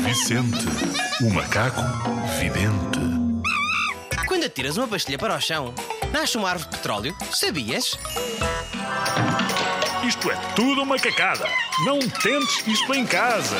Vicente, o macaco vidente. Quando atiras uma pastilha para o chão, nasce uma árvore de petróleo, sabias? Isto é tudo uma cacada. Não tentes isto em casa.